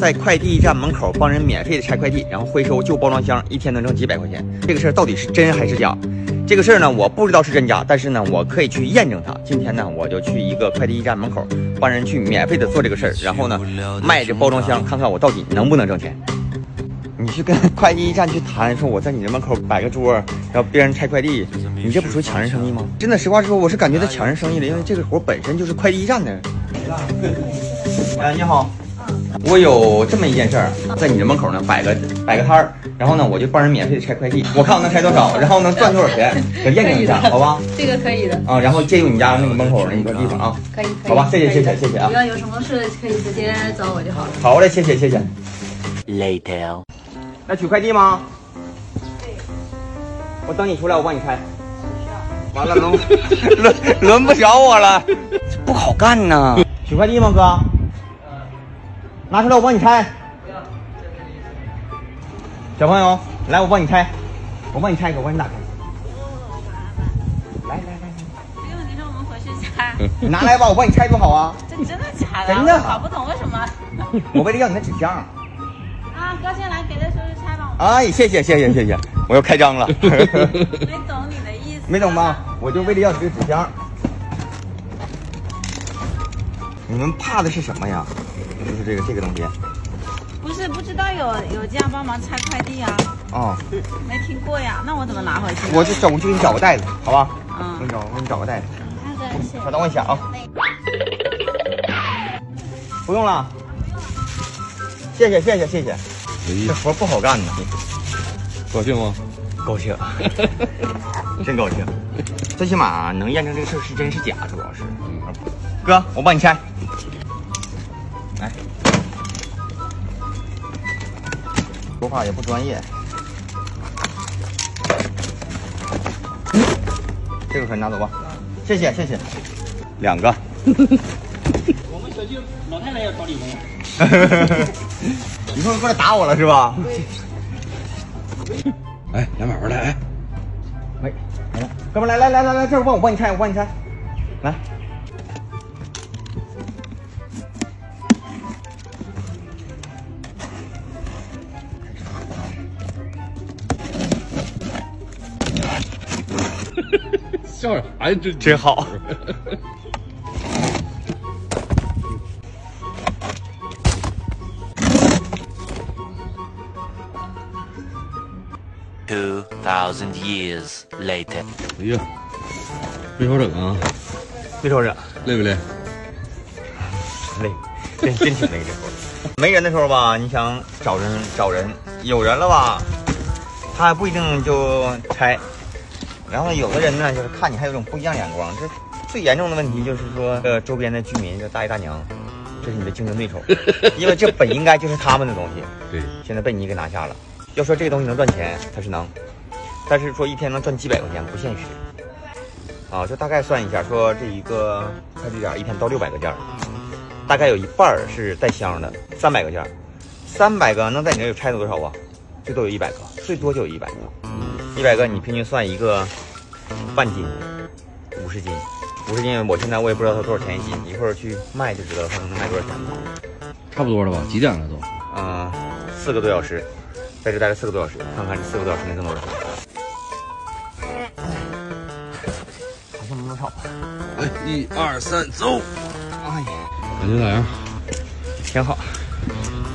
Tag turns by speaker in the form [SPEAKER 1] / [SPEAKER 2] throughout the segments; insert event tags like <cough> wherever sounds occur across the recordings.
[SPEAKER 1] 在快递站门口帮人免费的拆快递，然后回收旧包装箱，一天能挣几百块钱，这个事儿到底是真还是假？这个事儿呢，我不知道是真假，但是呢，我可以去验证它。今天呢，我就去一个快递站门口帮人去免费的做这个事儿，然后呢，卖这包装箱，看看我到底能不能挣钱。你去跟快递站去谈，说我在你这门口摆个桌，然后别人拆快递，你这不属于抢人生意吗？真的，实话实说，我是感觉在抢人生意了，因为这个活本身就是快递站的。哎，你好，我有这么一件事儿，在你这门口呢摆个摆个摊儿，然后呢我就帮人免费拆快递，我看我能拆多少，然后能赚多少钱，给验证一下，好吧？
[SPEAKER 2] 这个可以的，
[SPEAKER 1] 啊，然后借用你家那个门口那个地方啊，
[SPEAKER 2] 可以，可以
[SPEAKER 1] 好吧谢谢
[SPEAKER 2] 可以的
[SPEAKER 1] 谢谢谢谢啊
[SPEAKER 2] 只要有什么事可以直接找我就好了。
[SPEAKER 1] 好嘞，谢谢谢谢。
[SPEAKER 3] Later.
[SPEAKER 1] 来取快递吗？对。我等你出来，我帮你拆。完了，轮 <laughs> 轮轮不着我了，这不好干呐。取快递吗，哥？拿出来，我帮你拆。小朋友，来，我帮你拆，我帮你拆，我帮你打开。来来来
[SPEAKER 4] 不用，你说我们回去拆，
[SPEAKER 2] 嗯
[SPEAKER 1] 来，你拿来吧，我帮你拆多好啊！
[SPEAKER 4] 这真的假的？
[SPEAKER 1] 真的啊
[SPEAKER 4] 我搞不懂为什么。
[SPEAKER 1] 我为了要你的纸箱。
[SPEAKER 4] 啊，高先来给他说说拆吧，
[SPEAKER 1] 哎，谢谢谢谢谢谢，我要开张 <laughs> 了。
[SPEAKER 4] 我没懂你的意思。啊
[SPEAKER 1] 没懂吧？？我就为了要这个纸箱。你们怕的是什么呀？就是这个这个东西啊、
[SPEAKER 4] 不是不知道有有这样帮忙拆快递啊，没听过呀，那我怎么拿回去呢？
[SPEAKER 1] 哦我就走，我去给你找个袋子，好吧？我给你，
[SPEAKER 4] 嗯
[SPEAKER 1] 找，我给你找个袋子。
[SPEAKER 4] 那个是
[SPEAKER 1] 稍等我一下啊。不用了，谢谢谢谢谢谢。这活不好干呢，
[SPEAKER 5] 高兴吗？
[SPEAKER 1] 高兴， <laughs> 真高兴。最起码能验证这个事儿是真是假，主要是。哥，我帮你拆。来，说话也不专业。这个可以拿走吧，谢谢谢谢。两个。我们小区老太太要找 <laughs> 你们。你说过来打我了是吧？
[SPEAKER 5] 哎，两百万来，哎，
[SPEAKER 1] 没没了，哥们哎儿来来来来来，这儿我帮我帮你拆，我帮你拆，来。
[SPEAKER 5] 笑啥呀？这
[SPEAKER 1] 真 <laughs> 好。
[SPEAKER 3] Two thousand years later.
[SPEAKER 5] 哎呀，没少整啊，
[SPEAKER 1] 别瞅着，
[SPEAKER 5] 累不累？
[SPEAKER 1] 累，真真挺累这活儿。没人的时候吧，你想找人找人，有人了吧，他还不一定就拆。然后有的人呢，就是看你还有种不一样眼光。这最严重的问题就是说，呃，周边的居民这大爷大娘，这是你的竞争对手，因为这本应该就是他们的东西。
[SPEAKER 5] 对，
[SPEAKER 1] 现在被你给拿下了。要说这个东西能赚钱，它是能，但是说一天能赚几百块钱不现实。啊，就大概算一下，说这一个快递点儿一天到六百个件儿，大概有一半儿是带箱的，三百个件儿，三百个能在你这儿拆了多少啊？最多有一百个，最多就有一百个，一百个你平均算一个半斤，五十斤，五十斤，我现在我也不知道它多少钱一斤，一会儿去卖就知道它能卖多少钱了。
[SPEAKER 5] 差不多了吧？几点了都？
[SPEAKER 1] 嗯，四个多小时，在这待了四个多小时，看看这四个多小时能挣多少钱。好像没多少，
[SPEAKER 5] 哎，一二三，走！
[SPEAKER 1] 哎呀，
[SPEAKER 5] 感觉咋样？
[SPEAKER 1] 挺好，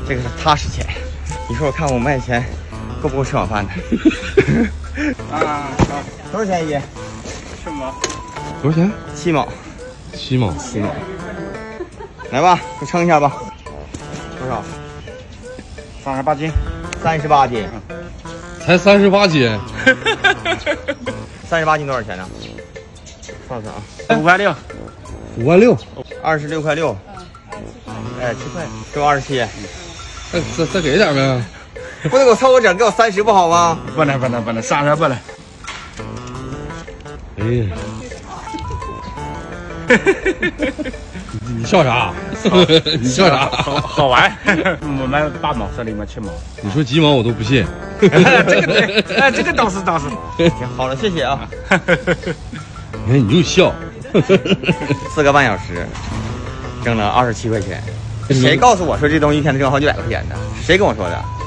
[SPEAKER 1] 这个是踏实钱。一会儿我看我卖的钱够不够吃晚 <laughs> 饭的。
[SPEAKER 6] 啊，
[SPEAKER 1] 多少钱一斤？
[SPEAKER 6] 什么？
[SPEAKER 5] 多少钱？
[SPEAKER 1] <laughs> 七毛，
[SPEAKER 5] 七毛。
[SPEAKER 1] 七毛。来吧，给我称一下吧。多少？
[SPEAKER 6] 三十八斤。
[SPEAKER 1] 三十八斤。
[SPEAKER 5] 才三十八斤，
[SPEAKER 1] 三十八斤多少钱呢？算算啊，
[SPEAKER 6] 五块六，
[SPEAKER 5] 五万六。
[SPEAKER 1] 二十六块六。哎，七块，给我二十七，
[SPEAKER 5] 哎，再再给点呗。
[SPEAKER 1] <laughs> 不得给我凑个整，给我三十不好吗？
[SPEAKER 6] 不能不能不能，三十不能。
[SPEAKER 5] 哎 <laughs> 呀，你你笑啥？ <laughs> 你笑
[SPEAKER 6] 好
[SPEAKER 5] 啥？
[SPEAKER 6] 好玩。 <laughs> 我们八毛，这里面七毛。
[SPEAKER 5] 你说几毛我都不 <laughs> 信。
[SPEAKER 6] 这个对，哎，这个倒是倒是。
[SPEAKER 1] 哎行，好了，谢谢啊。
[SPEAKER 5] <laughs> 你 <laughs> 看你就笑。
[SPEAKER 1] 四个半小时，挣了二十七块钱，谁告诉我说这东西一天能挣好几百块钱的？谁跟我说的？